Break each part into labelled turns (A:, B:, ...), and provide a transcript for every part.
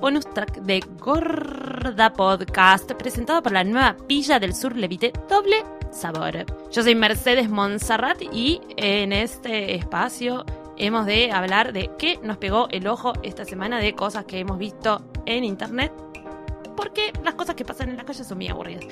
A: bonus track de Gorda Podcast, presentado por la nueva Villa del Sur Levite Doble Sabor. Yo soy Mercedes Monserrat y en este espacio hemos de hablar de qué nos pegó el ojo esta semana de cosas que hemos visto en internet. Porque las cosas que pasan en la calle son muy aburridas.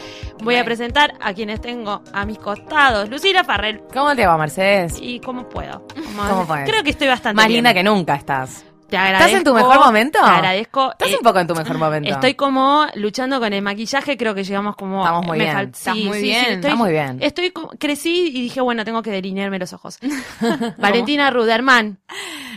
A: Voy a
B: Right.
A: presentar a quienes tengo a mis costados. Lucila Farrell.
B: ¿Cómo te va, Mercedes?
A: ¿Y cómo puedo? Como-
B: ¿Cómo puedes?
A: Creo que estoy bastante
B: Más
A: bien.
B: linda que nunca estás.
A: Te agradezco,
B: en tu mejor momento?
A: Te agradezco.
B: Estás
A: eh,
B: un poco en tu mejor momento.
A: Estoy como luchando con el maquillaje, creo que llegamos como...
B: Estamos muy
A: me
B: bien.
A: fal-
C: Estás
A: sí,
C: muy
A: sí, sí,
C: bien.
A: estoy-
B: Está muy bien.
A: Estoy como- crecí y dije, bueno, tengo que delinearme los ojos. Valentina Ruderman,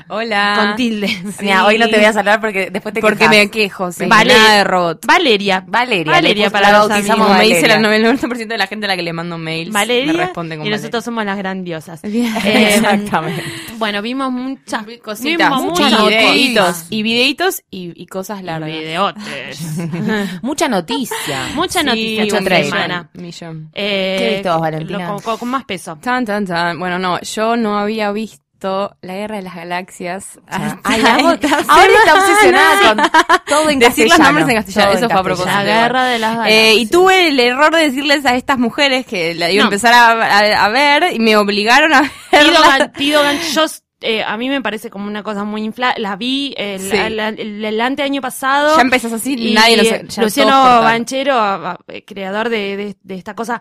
C: Hola.
A: con tilde.
B: Mira, hoy no te voy a saludar porque después te
C: Porque
B: quejas.
C: me quejo, sí.
A: Vale.
C: Nada de robot.
A: Valeria.
B: Valeria.
A: Valeria,
B: le puse-
A: para
B: la
A: los
B: bautizamos
A: Como
C: Como
A: amigos.
C: me dice la
B: Valeria.
C: 99% de la gente a la que le mando mails.
A: Valeria.
C: me responde con
A: y
C: Valeria.
A: nosotros somos las grandiosas.
C: Bien.
A: Eh,
B: Exactamente.
A: Bueno, vimos muchas
C: Cositas,
A: Vimos
C: muchos
A: muchas
C: videitos. Y videitos y, y cosas largas.
A: Videotes.
B: Mucha noticia.
A: Mucha
C: Sí,
A: noticia
B: mucho
C: un
A: esta
B: trailer.
A: semana.
C: millón, millón.
A: Eh,
B: ¿Qué viste vos, Valentina?
A: lo- con- con- con más peso.
C: Tan, tan, tan. Bueno, no, yo no había visto La Guerra de las Galaxias.
A: Ah.
C: hasta
B: Ay, la amo.
C: esta
B: Ahora está
C: semana.
B: obsesionada con todo en
C: Decir los
B: castellano.
C: nombres en castellano,
B: Todo
C: eso fue
B: castellano.
C: a propósito.
A: La
C: Cosas de
A: guerra de las
C: Eh, y
A: galaxias.
C: tuve el error de decirles a estas mujeres que la
A: No.
C: iba a empezar a, a- a ver y me obligaron a
A: Pido
C: verla.
A: gan- pido gan- yo, eh, a mí me parece como una cosa muy inflada. La vi eh,
C: Sí.
A: la- la- el, el anteaño pasado.
C: Ya empezás así,
A: Y
C: nadie nos-
A: eh,
C: ya
A: Luciano
C: todos cortaron.
A: Banchero, a- a- eh, creador de, de- de esta cosa,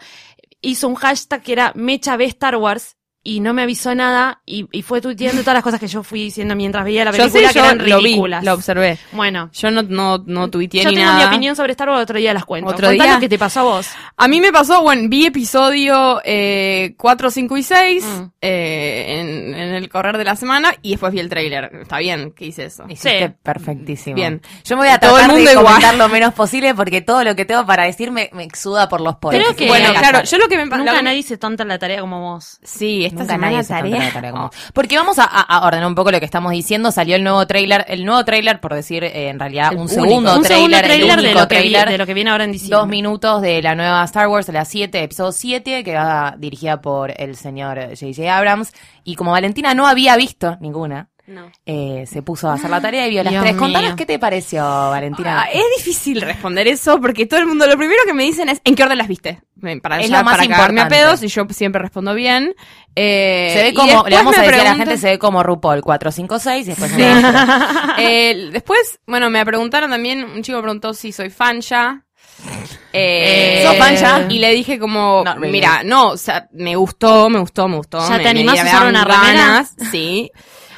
A: hizo un hashtag que era Mecha ve Star Wars. Y no me avisó nada y, y fue tuiteando todas las cosas que yo fui diciendo mientras veía la
C: Yo
A: película
C: sé,
A: que
C: yo
A: eran
C: lo vi,
A: ridículas.
C: lo observé.
A: Bueno,
C: Yo no, no, no tuiteé
A: yo
C: ni
A: tengo
C: nada.
A: mi opinión sobre Star Wars otro día las cuento.
C: Otro
A: Contá
C: día.
A: lo que te pasó a vos.
C: A mí me pasó, bueno, vi episodio eh, 4, 5 y 6
A: Mm.
C: eh, en, en el correr de la semana y después vi el tráiler. Está bien que hice eso.
B: Hiciste
A: Sí.
B: perfectísimo.
C: Bien.
B: Yo me voy a
C: Todo el
B: tratar
C: mundo
B: de
C: igual.
B: comentar lo menos posible porque todo lo que tengo para decir me, me exuda por los poros.
A: Creo que-
C: bueno, claro, yo lo que me pa- lo
A: Nunca
C: que-
A: nadie se tonta en la tarea como vos.
C: Sí, esta
B: Nunca
C: semana
B: nadie se tarea.
C: tarea.
B: tarea como- Porque vamos a, a- a ordenar un poco lo que estamos diciendo. Salió el nuevo tráiler, el nuevo tráiler, por decir eh, en realidad,
C: El
B: un
C: único.
B: segundo
A: un segundo
B: tráiler, el
A: trailer de
B: único
A: lo, que vi-
B: tráiler,
A: de lo que viene ahora en diciembre.
B: dos minutos de la nueva Star Wars, la 7, episodio 7, que va dirigida por el señor J.J. Abrams. Y como Valentina no había visto ninguna,
C: No.
B: eh, se puso a hacer la tarea y vio las
A: Dios
B: tres. Contanos
A: mío.
B: qué te pareció, Valentina.
C: Ah, es difícil responder eso porque todo el mundo lo primero que me dicen es ¿en qué orden las viste? Me- Para,
B: Es
C: ya-
B: lo más
C: para cagarme a
B: importante.
C: pedos y yo siempre respondo bien. Eh,
B: se ve
C: y
B: como,
C: después
B: le vamos a
C: me
B: decir a la
C: preguntan-
B: gente, se ve como RuPaul 456 y después
C: Sí.
B: me dice,
C: Eh, después, bueno, me preguntaron también, un chico me preguntó si soy fan ya. Eh,
B: ¿Sos fan ya?
C: Y le dije como,
B: Not really.
C: mira, no, o sea, me gustó, me gustó, me gustó.
A: ¿Ya
C: me-
A: te animás
C: me
A: a usar
C: daban
A: una remera?
C: ganas, Sí.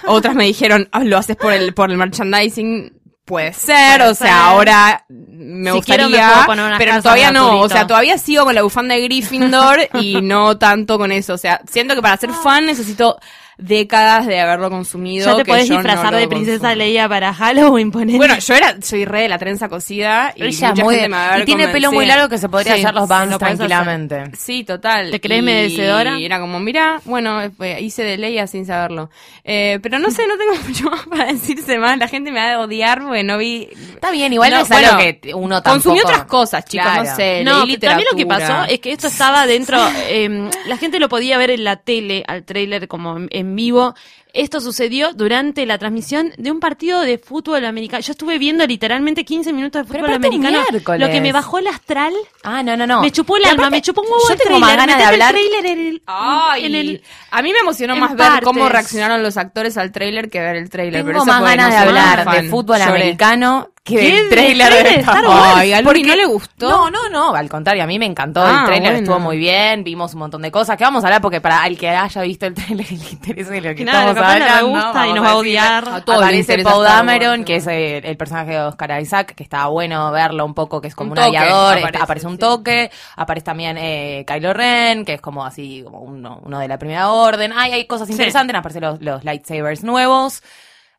C: Otras me dijeron, "Ah, lo haces por el, por el merchandising. Puede ser,
A: Puede
C: o sea,
A: ser.
C: ahora me
A: Si
C: gustaría,
A: quiero me puedo poner unas
C: pero
A: calzas
C: todavía no, o
A: Arturito.
C: sea, todavía sigo con la bufanda de Gryffindor y no tanto con eso, o sea, siento que para ser fan necesito décadas de haberlo consumido.
A: Ya te
C: que
A: podés
C: yo no
A: disfrazar
C: lo
A: de princesa
C: consumo.
A: Leia para Halloween, poner.
C: Bueno, yo era, soy re de la trenza cosida y
B: ella es
C: mucha
B: muy,
C: gente me va a ver
B: y tiene
C: como-
B: pelo
C: sí.
B: muy largo que se podría
A: Sí,
B: hacer los
A: lo
B: bands
A: podés hacer.
B: tranquilamente.
C: Sí, total.
A: ¿Te crees
C: Y-
A: merecedora?
C: Y era como, mirá, bueno, fue- hice de Leia sin saberlo. Eh, pero no sé, no tengo mucho más para decirse más. La gente me va a odiar porque no vi...
B: Está bien, igual no,
C: No,
B: es algo
C: bueno,
B: que uno tampoco...
C: Consumí otras cosas, chicos,
B: Claro.
C: no sé,
A: no,
C: leí
A: también lo que
C: literatura.
A: pasó es que esto estaba dentro. eh, la gente lo podía ver en la tele, al trailer, como en, en vivo. Esto sucedió durante la transmisión de un partido de fútbol americano. Yo estuve viendo literalmente 15 minutos de
B: Pero
A: fútbol
B: aparte un
A: americano.
B: miércoles.
A: Lo que me bajó el astral.
B: Ah, no, no, no.
A: Me chupó el
B: Pero
A: alma,
B: aparte,
A: me chupó un huevo
B: Yo
A: el
B: tengo
A: trailer.
B: más ganas de
A: metete el
B: hablar...
A: trailer en el-
C: Ay,
A: en el,
C: a mí me emocionó
A: en
C: más ver cómo
A: partes.
C: reaccionaron los actores al tráiler que ver el tráiler. pero
B: Tengo
C: eso
B: más
C: porque
B: ganas
C: no
B: de
C: soy una
B: hablar
C: fan.
B: de fútbol
C: Lloré.
B: americano que
A: ¿Qué?
B: del
A: ¿Del
B: tráiler de Star Wars.
C: Ay, a Luli no le gustó.
B: No, no, no, al contrario, a mí me encantó el
C: Ah,
B: tráiler,
C: bueno.
B: estuvo muy bien, vimos un montón de cosas que vamos a hablar porque para el que haya visto el tráiler y le interese lo que
A: Claro,
B: estamos
A: capaz no le
B: hablando,
A: gusta y
B: vamos
A: nos va a
B: decir,
A: odiar.
C: A todos les
B: aparece
C: interesa
B: Paul
C: Star Wars,
B: Dameron,
C: ¿no?
B: que es el, el personaje de Oscar Isaac, que está bueno verlo un poco, que es como un,
C: Un toque,
B: aviador,
C: aparece,
B: está- aparece un
C: sí.
B: toque, aparece también eh, Kylo Ren, que es como así, como uno, uno de la primera orden, Ay, hay cosas interesantes, aparecen los, los lightsabers nuevos.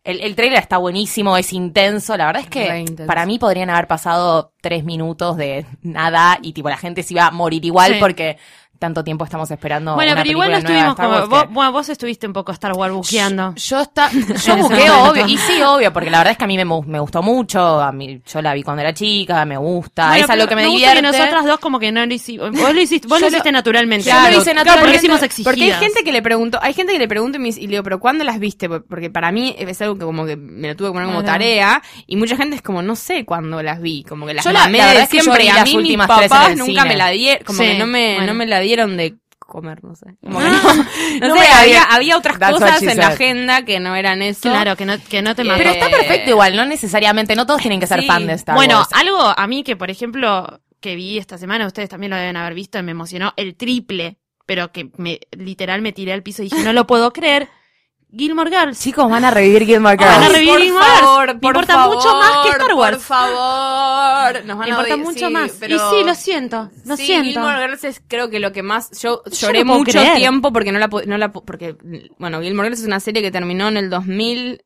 B: El, el trailer está buenísimo, es intenso. La verdad es
C: Re
B: que
C: intenso.
B: para mí podrían haber pasado tres minutos de nada y tipo la gente se iba a morir igual
A: Sí.
B: porque tanto tiempo estamos esperando.
A: bueno,
B: una
A: pero igual no
B: película nueva de
A: estuvimos
B: Star
A: como.
B: Wars
A: Vos,
B: que-
A: bueno, vos estuviste un poco Star Wars buqueando.
B: Yo está, yo
A: ese
B: buqueo,
A: momento.
B: obvio, y sí, obvio, porque la verdad es que a mí me, mu- me gustó mucho, a mí, yo la vi cuando era chica, me gusta,
A: Bueno,
B: Ah, es algo
A: pero
B: que me,
A: gusta
B: divierte.
A: que nosotras dos como que no lo hicimos. Vos lo hiciste, vos
B: Yo
A: lo
B: lo-
A: hiciste naturalmente.
B: Claro,
A: Claro,
B: lo hice
A: Porque
B: naturalmente,
A: hicimos exigidas.
C: Porque hay gente que le preguntó, hay gente que le pregunta y me dice, y le digo, pero ¿cuándo las viste? Por- Porque para mí es algo que como que me lo tuve que poner como
A: Claro.
C: tarea y mucha gente es como, no sé cuándo las vi, como que las
B: Yo la-
C: mamé
B: la verdad
C: de
B: es que yo
C: siempre
B: vi
C: y a
B: las
C: mí mis
B: últimas tres en
C: papás
B: el
C: nunca
B: cine.
C: me la dieron, como
A: Sí,
C: que no me,
A: bueno.
C: no me la dieron de comer, no sé. Como que
A: Ah.
C: no, no
B: No me
C: sé,
B: la
C: había,
B: dieron.
C: había otras
B: That's what
C: cosas
B: she
C: en la
B: said.
C: agenda que no eran eso.
A: Claro, que no, que no te
C: Eh,
A: mató.
B: Pero está
C: Eh,
B: perfecto igual, no necesariamente, no todos tienen que ser
C: sí.
B: fan de Star
A: bueno,
B: Wars.
A: algo a mí que, por ejemplo, que vi esta semana, ustedes también lo deben haber visto, y me emocionó el triple, pero que me literal me tiré al piso y dije, no lo puedo creer. Gilmore Girls.
B: Chicos, Ah, van a revivir Gilmore
A: Van a
B: Girls.
A: revivir
C: por
A: Gilmore Girls.
C: favor,
A: Me
C: por
A: importa
C: favor,
A: mucho más que Star Wars.
C: Por favor, nos van
A: Me
C: a
A: importa
C: odiar,
A: mucho
C: sí,
A: más.
C: pero-
A: Y sí, lo siento, lo
C: sí,
A: siento.
C: Gilmore Girls es creo que lo que más yo lloré
A: no puedo
C: mucho
A: creer.
C: tiempo porque no la pu- no la pu- porque bueno, Gilmore Girls es una serie que terminó en el 2000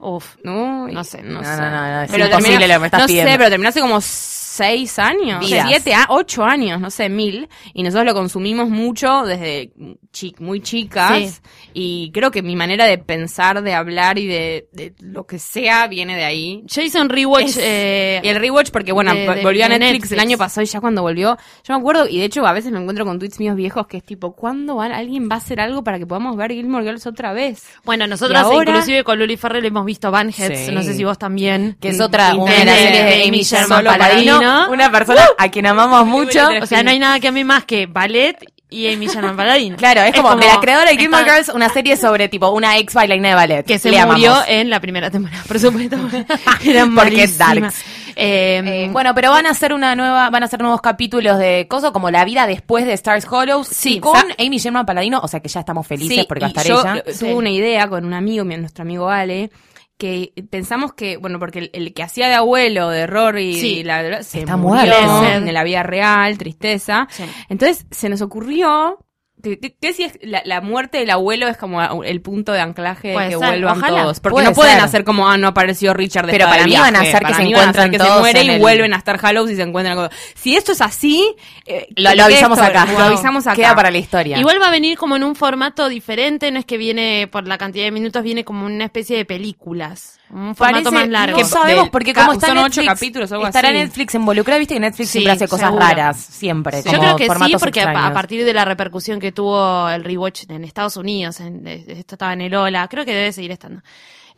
A: Uf.
C: Uy,
A: No sé,
B: no, no, no, no, es
C: Pero
B: imposible
C: terminó-
B: lo que me estás
C: no
B: pidiendo.
C: sé, pero terminó hace como seis años,
B: Vidas.
C: siete, a ocho años, no sé, mil. Y nosotros lo consumimos mucho desde chi- muy chicas.
A: Sí.
C: Y creo que mi manera de pensar, de hablar y de, de lo que sea viene de ahí.
A: Yo hice un rewatch.
C: Es-
A: eh,
C: Y el rewatch, porque bueno,
A: de- de-
C: volvió a
A: de
C: Netflix, el
A: Netflix.
C: año pasado y ya cuando volvió, yo me acuerdo, y de hecho a veces me encuentro con tweets míos viejos que es tipo, ¿cuándo van- alguien va a hacer algo para que podamos ver Gilmore Girls otra vez?
A: Bueno, nosotras
C: Y ahora-
A: inclusive con Luli Ferrell hemos visto Banheads,
B: Sí.
A: no sé si vos también.
B: que es otra una de las
A: Internet,
B: series de Amy Sherman Uh.
A: Solo Paladino.
B: Paladino, una persona a quien amamos mucho.
A: O sea, no hay nada que a mí más que ballet y Amy Sherman Paladino.
B: Claro, es, como, de la creadora de
A: está-
B: Gilmore Girls, una serie sobre tipo una ex bailarina de ballet
A: que se
B: Le
A: murió
B: amamos.
A: en la primera temporada, por supuesto. Era
B: Porque es
A: malísima.
B: Darks.
A: Eh,
B: Eh, bueno, pero van a hacer una nueva, van a hacer nuevos capítulos de cosas como la vida después de Stars Hollows
C: Sí,
B: y con
C: sa-
B: Amy Sherman Paladino, o sea que ya estamos felices porque va a
C: y
B: estar
C: yo eh,
B: ella.
C: tuve
A: Sí.
C: una idea con un amigo, mi- nuestro amigo Ale, que pensamos que, bueno, porque el, el que hacía de abuelo de Rory
A: Sí.
C: y la, la- se
B: Está
C: murió
A: muerto.
C: en la vida real, tristeza.
A: sí.
C: Entonces se nos ocurrió... ¿Qué, qué- qué si es la, la muerte del abuelo es como el punto de anclaje de
A: Puede
C: que
A: ser,
C: vuelvan
A: ojalá.
C: todos? Porque
B: Puede
C: no pueden
B: ser.
C: hacer como, ah, no apareció Richard
B: Pero
C: después
B: para
C: del
B: mí van a
C: viaje.
B: hacer que
C: Para
B: se
C: mí van a hacer
B: encuentran
C: que
B: todos
C: se muere
B: en
C: y
B: el-
C: vuelven a estar Hallows y se encuentran con... Si esto es así... eh,
B: Lo, lo
C: que
B: avisamos
C: esto-
B: acá.
C: Lo avisamos acá.
B: Queda para la historia.
A: Igual va a venir como en un formato diferente, no es que viene por la cantidad de minutos, viene como una especie de películas. Un formato
B: Parece-
A: más largo.
B: No sabemos
C: de-
B: porque
C: ca-
B: como está
C: son
B: Netflix,
C: ocho capítulos, algo
B: estará
C: así.
B: Netflix involucrada, viste que Netflix
A: Sí,
B: siempre hace cosas
A: seguro.
B: raras, siempre.
C: Sí.
A: Yo
B: Eh, como
A: creo que sí,
B: formatos
A: porque a- a,
B: extraños.
A: partir de la repercusión que tuvo el rewatch en Estados Unidos, en, eh, esto estaba en el Ola, creo que debe seguir estando.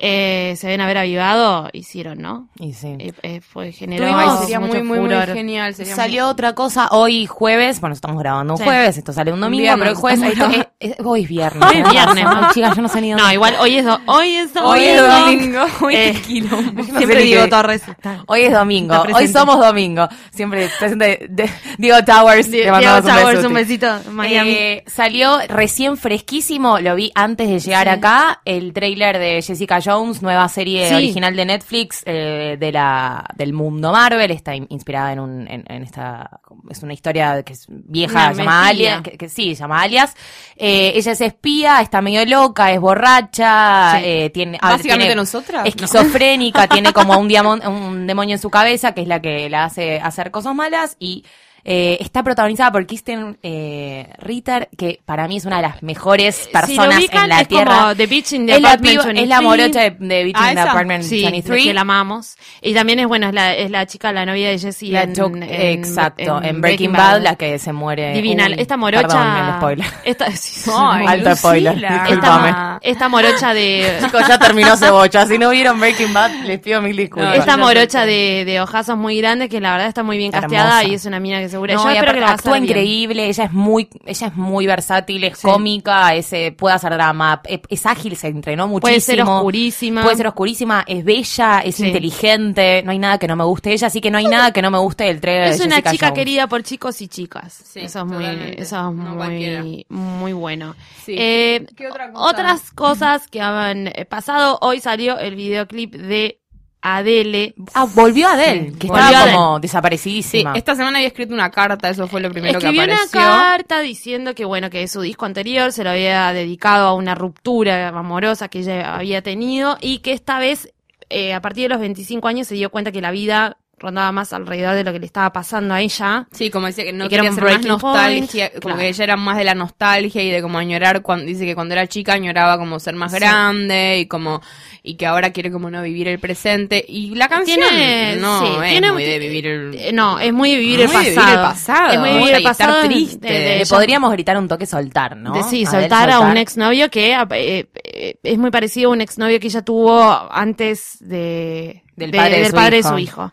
A: Eh, se deben haber avivado, hicieron, ¿no?
B: Y sí.
A: Eh, eh, fue
B: Tuvimos-
A: generoso,
C: Ay, sería
A: mucho
C: muy, muy, muy
A: furor.
C: genial. Sería
B: Salió otra cosa hoy jueves, bueno, estamos grabando un
A: Sí.
B: jueves, esto sale un domingo,
C: Viernes,
B: pero el jueves
C: estamos
B: esto- es- es- hoy es viernes.
A: Hoy es
B: ¿no?
A: viernes.
B: Ay, chicas, yo no sé ni dónde.
A: No, igual hoy es, do- hoy es domingo.
C: Hoy es domingo. Hoy
A: Eh,
C: es quilombo.
B: no sé ni qué-
A: Torres.
B: Hoy es domingo,
A: Está presente.
B: hoy somos domingo. Siempre presente de- Diego Towers,
A: Diego
B: te mandamos un beso,
A: Towers, un
B: Uti.
A: besito. Miami.
B: Eh, salió recién fresquísimo, lo vi antes de llegar
A: Sí.
B: acá, el tráiler de Jessica Jones, nueva serie
A: Sí.
B: original de Netflix eh, de la, del mundo Marvel, está in- inspirada en, un, en, en esta, es una historia que es vieja,
A: Una
B: llamada
A: mesía.
B: Alias, que, que sí, se llama Alias. Eh, ella es espía, está medio loca, es borracha,
A: Sí.
B: eh, tiene... ah,
C: Básicamente
B: tiene-
C: nosotras.
B: esquizofrénica, tiene como un, diamon- un demonio en su cabeza que es la que la hace hacer cosas malas y eh, está protagonizada por Kristen eh, Ritter, que para mí es una de las mejores personas
A: si lo ubican,
B: en la
A: es
B: Tierra.
A: Como The Beach in the
B: Es la,
A: Apartment
B: piba-
A: 23.
B: es la morocha de, de Beach
C: Ah,
B: in the
C: esa.
B: Apartment
A: Sí,
B: 23.
A: que la amamos. Y también es, bueno, es la, es la chica, la novia de Jessie.
B: La
A: en-
B: choc-
A: en-
B: exacto, en, Breaking Bad, la que se muere.
A: Divina,
B: Uy,
A: esta morocha.
B: Eh, Perdón, el spoiler.
A: Esta, sí, sí,
C: Ay,
A: no.
B: Alto spoiler,
C: Lucila.
B: discúlpame.
A: esta, esta morocha de.
B: Chicos, ya terminó Cebocha. Si no vieron Breaking Bad, les pido mil disculpas.
A: Esta morocha de, de hojazos muy grande que la verdad está muy bien casteada
B: Hermosa.
A: y es una mina que segura.
B: No,
A: Yo
B: y
A: espero
B: aparte
A: que la va a
B: actúa
A: hacer bien.
B: increíble, ella es muy, ella es muy versátil, es
A: Sí.
B: cómica, es, eh, puede hacer drama, e- es, ágil, se entrenó muchísimo.
A: Puede ser oscurísima.
B: Puede ser oscurísima, es bella, es
A: Sí.
B: inteligente, no hay nada que no me guste de ella, así que no hay nada que no me guste del trailer
A: Es
B: de
A: una
B: Jessica
A: chica
B: Jones.
A: querida por chicos y chicas.
C: Sí,
A: eso es muy,
C: totalmente.
A: eso es
C: No cualquiera.
A: muy, muy bueno.
C: Sí.
A: Eh,
C: ¿Qué otra cosa?
A: Otras cosas que han eh, pasado, hoy salió el videoclip de Adele.
B: Ah, volvió Adele, que
A: Volvió
B: estaba
A: Adele. este,
B: como
C: Sí,
B: desaparecidísima.
C: esta semana había escrito una carta, eso fue lo primero
A: Escribió
C: que
A: una
C: apareció.
A: carta diciendo que bueno, que su disco anterior se lo había dedicado a una ruptura amorosa que ella había tenido y que esta vez, eh, a partir de los 25 años, se dio cuenta que la vida rondaba más alrededor de lo que le estaba pasando a ella.
C: Sí, como dice que no
A: Y que era
C: quería
A: un
C: hacer más
A: breaking
C: nostalgia,
A: point,
C: como
A: claro.
C: que ella era más de la nostalgia y de como añorar, cuando, dice que cuando era chica añoraba como ser más
A: Sí.
C: grande y como y que ahora quiere como no vivir el presente y la canción
A: Tiene-
C: no
A: sí,
C: es
A: tiene-
C: muy de vivir el
A: Eh, No, es muy de vivir,
C: Mm. Muy de
A: el,
C: vivir
A: pasado.
C: el pasado.
A: Es muy de vivir
C: O sea,
A: el
C: y estar
A: pasado. en-
C: triste.
A: de- de-
B: Le Eh, podríamos gritar un toque soltar, ¿no?
A: de- sí,
B: Adel,
A: soltar a un exnovio que eh, eh, es muy parecido a un exnovio que ella tuvo antes de,
B: Del padre de su hijo.
A: hijo.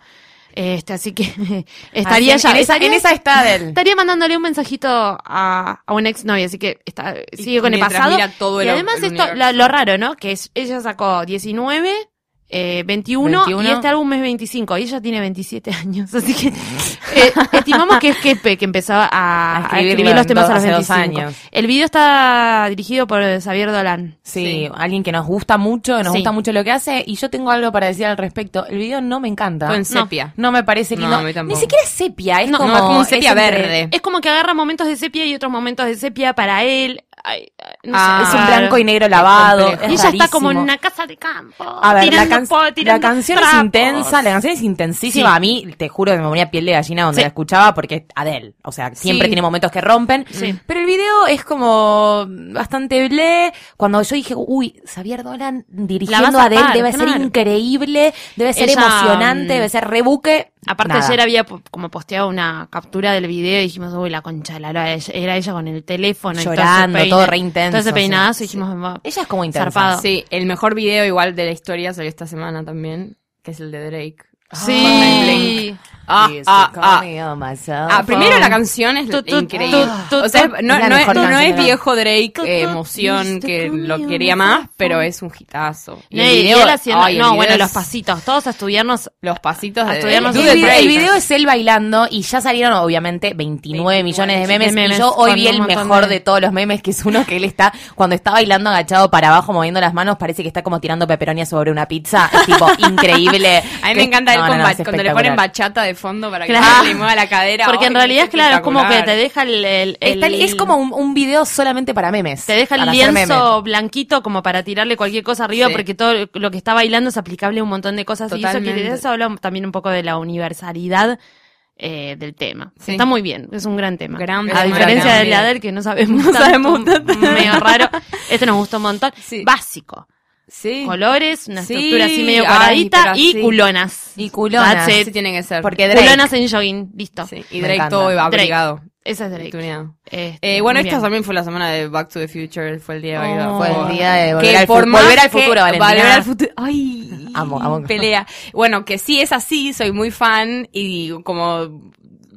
A: Este, así que estaría
B: Así,
A: ya.
B: En esa,
A: estaría-
B: en esa está Adel.
A: Estaría mandándole un mensajito a, a un exnovio, así que está, sigue con el
C: mientras
A: pasado.
C: mira todo
A: y
C: el-
A: además
C: el
A: esto,
C: universo.
A: la- lo raro, ¿no? Que es- ella sacó 19, eh, 21,
B: 21.
A: y este álbum es 25, y ella tiene 27 años, así que eh, estimamos que es Kepe que empezaba a,
B: A
A: a
B: escribir
A: escribir,
B: lo-
A: los temas a los
B: hace dos
A: 25.
B: años.
A: El video está dirigido por Xavier Dolan.
B: Sí, alguien que nos gusta mucho, que nos
A: Sí.
B: gusta mucho lo que hace. Y yo tengo algo para decir al respecto. El video no me encanta.
C: Fue
A: Ah.
C: en sepia.
B: No me parece
C: No,
B: lindo.
C: a mí
B: Ni
C: tampoco.
B: siquiera es sepia, es
A: No,
B: como.
C: no, es como un sepia
B: entre-
C: verde.
A: Es como que agarra momentos de sepia y otros momentos de sepia para él. Ay, ay, no sé,
C: Ah,
B: Es un blanco y negro
C: Es
B: lavado.
C: complejo.
A: Y
B: es
A: ella está como en
B: rarísimo.
A: una casa de campo.
B: A ver, la,
A: tirando
B: can-
A: po-
B: la
A: tirando
B: canción es
A: trapos.
B: intensa, la canción es intensísima.
A: Sí.
B: A mí, te juro que me ponía piel de gallina donde
A: Sí.
B: la escuchaba porque es Adele. O sea, siempre
C: Sí.
B: tiene momentos que rompen.
A: Sí.
B: Pero el video es como bastante ble. Cuando yo dije, uy, Xavier Dolan
A: La
B: dirigiendo
A: va
B: a
A: a
B: Adele
A: zafar,
B: debe ser
A: claro.
B: increíble, debe ser
A: Ella,
B: emocionante,
A: mm,
B: debe ser rebuque.
A: Aparte
B: Nada.
A: ayer había po- como posteado una captura del video y dijimos, uy, la concha de la lora, ella- era ella con el teléfono. y todo ese
B: Llorando,
A: peine-
B: todo re intenso,
A: Todo ese peinadazo
B: sí,
A: y dijimos, "Va".
B: Ella es como intensa.
A: Zarpado.
C: Sí, el mejor video igual de la historia salió esta semana también, que es el de Drake.
A: sí.
C: Ah,
B: Yes,
C: ah,
B: you
C: ah.
B: call me on my cell
C: Ah,
B: phone.
C: primero la canción es
A: Tu, tu,
C: increíble.
A: tu, tu,
C: o sea,
A: tu,
C: no,
B: la
C: no, es,
B: mejor
C: no
B: canción.
C: es viejo Drake
A: Tu, tu,
C: eh, emoción
A: tu, tu,
C: que
A: tu,
C: lo
A: tu,
C: quería
A: tu,
C: más,
A: tu.
C: pero es un hitazo.
A: No, y él haciendo,
C: ay, el
A: no,
C: video
A: bueno,
C: es-
A: los pasitos, todos a estudiarnos.
C: Los pasitos
A: A
C: de
A: estudiarnos
C: de-
A: un
B: El
A: Dude
B: video,
A: Drake.
B: el video es él bailando y ya salieron obviamente 29 millones de memes,
A: de memes,
B: y yo hoy
A: con
B: vi
A: un
B: el
A: montón
B: mejor de...
A: de-
B: todos los memes que es uno que él está cuando está bailando agachado para abajo moviendo las manos parece que está como tirando peperonia sobre una pizza es tipo increíble
C: A mí
B: Que-
C: me encanta él
B: no,
C: con
B: no, no,
C: ba-
B: es
C: cuando le
B: espectacular.
C: ponen bachata de fondo para que
A: Claro.
C: le mueva la cadera.
A: Porque
C: Ay,
A: en realidad,
C: qué
A: claro, es como que te
C: espectacular.
A: deja el... el-
B: Está el-
A: el-
B: es como un, un video solamente para memes
A: Te deja el
B: para hacer memes.
A: lienzo blanquito como para tirarle cualquier cosa arriba
C: Sí.
A: porque todo lo que está bailando es aplicable a un montón de cosas. Y eso,
C: Totalmente.
A: quiere- eso habla también un poco de la universalidad eh, del tema.
C: Sí.
A: Está muy bien, es un gran tema.
C: Gran
A: a
C: tema,
A: diferencia
C: gran
A: del de
C: tema.
A: la del que no sabemos,
C: No
A: tanto, Mm,
C: sabemos tanto.
A: medio raro. Este nos gustó un montón.
C: Sí.
A: Básico.
C: Sí.
A: Colores, una
C: Sí.
A: estructura así medio
C: Ay,
A: cuadradita
C: pero
A: y
C: así.
A: culonas.
B: y culonas
A: That's
C: Sí,
A: it.
C: tiene que ser.
B: porque Drake
A: Culonas en jogging, listo.
C: Sí, Y
B: Me
C: Drake
B: encanta.
C: todo
A: Drake.
C: abrigado.
A: Esa es Drake.
C: tuneado.
A: Este,
C: Eh, bueno,
A: muy
C: esta
A: bien.
C: también fue la semana de Back to the Future, fue el día de
B: Oh.
C: Volver al
B: Fue el
C: Futuro.
B: día de Volver
C: Que
B: al
C: por
B: Fu-
C: más
B: Volver al
C: que-
B: futuro, Valentina.
C: Volver al futuro. Ay,
B: Amo, amo.
C: pelea. Bueno, que sí es así, soy muy fan y como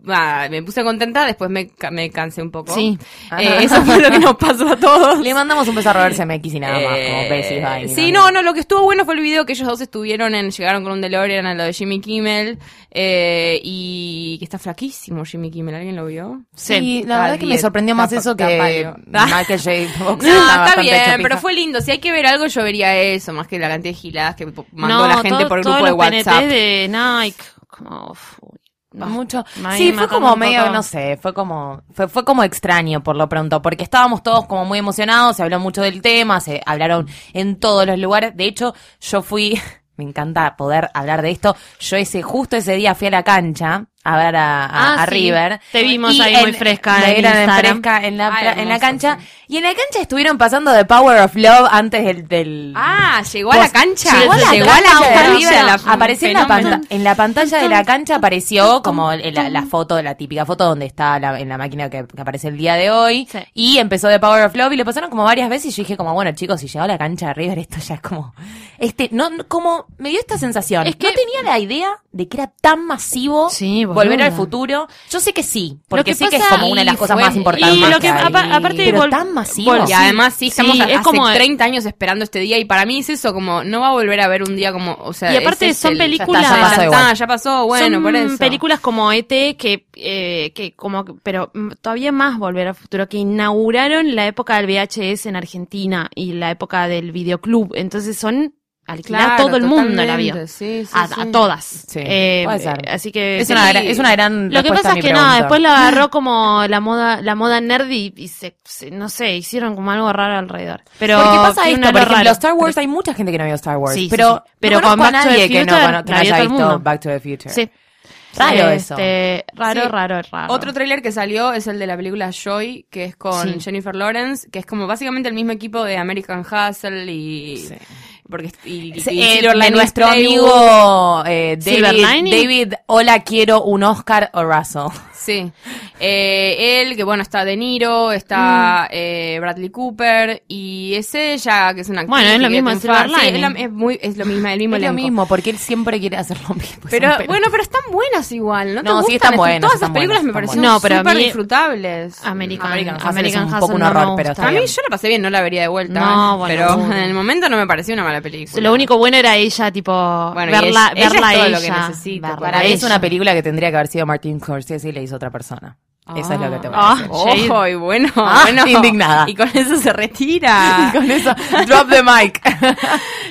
C: nada, me puse contenta, después me, ca- me cansé un poco.
A: Sí.
C: Eh, eso fue lo que nos pasó a todos.
B: le mandamos un beso a Robert CMX y nada más
C: Eh,
B: como Bessie bye,
C: Sí, no, no, lo que estuvo bueno fue el video que ellos dos estuvieron en, llegaron con un DeLorean a lo de Jimmy Kimmel, eh, y que está flaquísimo Jimmy Kimmel, ¿alguien lo vio?
B: Sí,
A: Sí,
B: la verdad
C: está
B: que me
C: bien,
B: sorprendió más
C: está-
B: eso
C: está
B: que Ah.
C: pálido.
B: Michael J. Fox.
C: No,
B: estaba
C: está
B: bastante
C: bien,
B: hecho pija.
C: pero fue lindo. Si hay que ver algo, yo vería eso, más que la cantidad de giladas que po- mandó
A: No,
C: la gente
A: todo-
C: por el
A: todos
C: grupo de
A: los PNT
C: WhatsApp.
A: de Nike. Como, uf, uy, no.
B: Mucho.
A: Ahí
B: Sí, fue
A: matando
B: como
A: un
B: medio,
A: poco.
B: no sé, fue como, fue, fue como extraño por lo pronto, porque estábamos todos como muy emocionados, se habló mucho del tema, se hablaron en todos los lugares. De hecho, yo fui, me encanta poder hablar de esto, yo ese, justo ese día fui a la cancha a ver a, a-
A: Ah,
B: a
A: sí.
B: River.
A: Te vimos
B: Y
A: ahí muy fresca
B: me
A: en
B: vieron en
A: Instagram.
B: fresca en la,
C: Ah,
B: pla- en la
C: hermoso,
B: cancha.
C: sí.
B: Y en la cancha estuvieron pasando de Power of Love antes del, del
C: Ah, llegó a la
B: Pues,
C: cancha.
B: Llegó a la,
A: Llegó
B: cancha
A: a la
B: de
A: cancha.
B: River.
C: la-
B: apareció en la,
C: fenómeno.
B: panta- en la pantalla de la cancha, apareció como el- la, la foto, la típica foto donde está la- en la máquina que, que aparece el día de hoy.
A: Sí.
B: Y empezó de Power of Love y lo pasaron como varias veces. Y yo dije como, bueno chicos, si llegó a la cancha de River, esto ya es como... Este, no, no- como me dio esta sensación.
A: Es que-
B: no tenía la idea de que era tan masivo
A: Sí, boluda.
B: volver al futuro. Yo sé que sí,
A: Lo
B: porque
A: que
B: sé que es
A: pasa-
B: como una de las
A: y
B: cosas
A: fue-
B: más importantes.
A: y lo que
B: hay.
A: apa- aparte
B: Pero
A: vol-
B: tan masivo.
A: vol-
C: Y además sí, estamos
A: sí,
C: hace
A: es como-
C: 30 años esperando este día y para mí es eso, como no va a volver a ver un día como, o sea,
A: Y aparte
C: ese es
A: son
C: el-
A: películas-
C: ya está, ya
B: pasó
C: pasó,
B: igual.
C: ya pasó, bueno,
A: Son
C: por eso.
A: películas como ET que, eh, que como, pero mm, todavía más Volver al Futuro, que inauguraron la época del VHS en Argentina y la época del videoclub. Entonces son alquilar
C: Claro,
A: todo el mundo la
C: totalmente,
A: vio.
C: sí, sí,
A: A,
C: sí.
A: a todas.
B: Sí,
A: Eh,
B: puede ser.
A: Así que.
B: es, una
C: Sí.
B: gran, es una gran
A: Lo que
B: respuesta
A: pasa
B: a mi
A: es que no,
B: pregunta.
A: después lo agarró como la moda, la moda nerd y, y se, se- no sé, hicieron como algo raro alrededor. Pero
B: Porque pasa
A: tiene un
B: esto, por
A: halo
B: ejemplo,
A: raro.
B: Star Wars, hay mucha gente que no vio Star Wars.
A: Sí, sí,
B: pero
A: sí. Pero
B: no
A: con
B: conozco a
A: Back to the
B: nadie que no,
A: Future,
B: cono- que
A: la
B: no
A: vio
B: haya
A: todo el
B: visto
A: mundo.
B: Back to the Future.
A: Sí.
B: Raro eso.
A: Este, Raro,
C: Sí.
A: raro, raro.
C: Otro tráiler que salió es el de la película Joy, que es con
A: Sí.
C: Jennifer Lawrence, que es como básicamente el mismo equipo de American Hustle y...
B: Sí.
C: Porque, y, y
B: Sí, eh,
C: Silver
B: de
C: Linings
B: nuestro
C: Playbook.
B: amigo eh,
A: Silver
B: David,
A: Lining.
B: David, hola, quiero un Oscar o Russell.
C: Sí. Eh, él, que bueno, está De Niro, está eh, Bradley Cooper, y es ella, que es una actriz.
A: Bueno, es lo
C: que
A: mismo de
C: triunfa.
A: Silver
C: Sí,
A: Lining.
C: es, lo, es muy, es lo mismo, el mismo
B: Es lo
C: elenco.
B: mismo, porque él siempre quiere hacer lo mismo. es
C: Pero
B: un pelotudo.
C: bueno, pero están buenas igual, ¿no? te
B: No, sí
C: gustan?
B: están
C: Es que
B: buenas,
C: Todas
B: están
C: esas películas
B: buenas,
C: me
B: están
C: parecieron
A: buenas. No, pero a
C: súper
A: mí-
C: disfrutables.
A: American,
B: American Hustle
A: American,
B: es un poco
A: Hustle
B: un
A: no me
B: horror, pero
A: gusta.
B: está
C: a mí
B: bien.
C: yo la pasé bien, no la vería de vuelta.
A: No,
C: ¿eh?
A: bueno,
C: pero
A: seguro.
C: en el momento no me pareció una mala película.
A: Lo único bueno era ella, tipo,
C: Bueno, y
A: verla,
C: es- ella es
A: verla
C: todo
A: ella.
C: lo que necesito,
A: verla
C: para
B: Para mí es
A: ella.
B: una película que tendría que haber sido Martin Scorsese y le hizo otra persona. Eso es lo que te
A: Ah.
B: parece.
C: Ojo, y bueno,
B: Ah,
C: bueno.
B: indignada. Ah.
C: Y con eso se retira.
B: Con eso, drop the mic.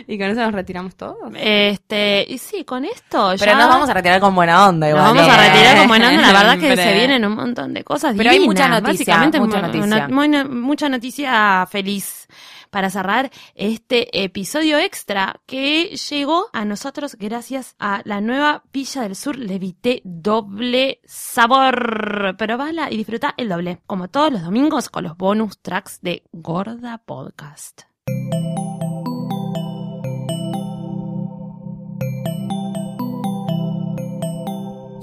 C: y con eso nos retiramos todos.
A: Este, y sí, con esto ya...
B: Pero nos vamos a retirar con buena onda
A: nos
B: igual.
A: vamos
B: ¿eh?
A: a retirar como en onda. La verdad que
C: Siempre.
A: se vienen un montón de cosas
B: Pero hay
A: divinas,
B: mucha noticia,
A: básicamente,
B: mucha
A: mu-
B: noticia.
A: una- una- mucha noticia feliz para cerrar este episodio extra que llegó a nosotros gracias a la nueva Villa del Sur Levité Doble Sabor. Probala y disfruta el doble, como todos los domingos con los bonus tracks de Gorda Podcast.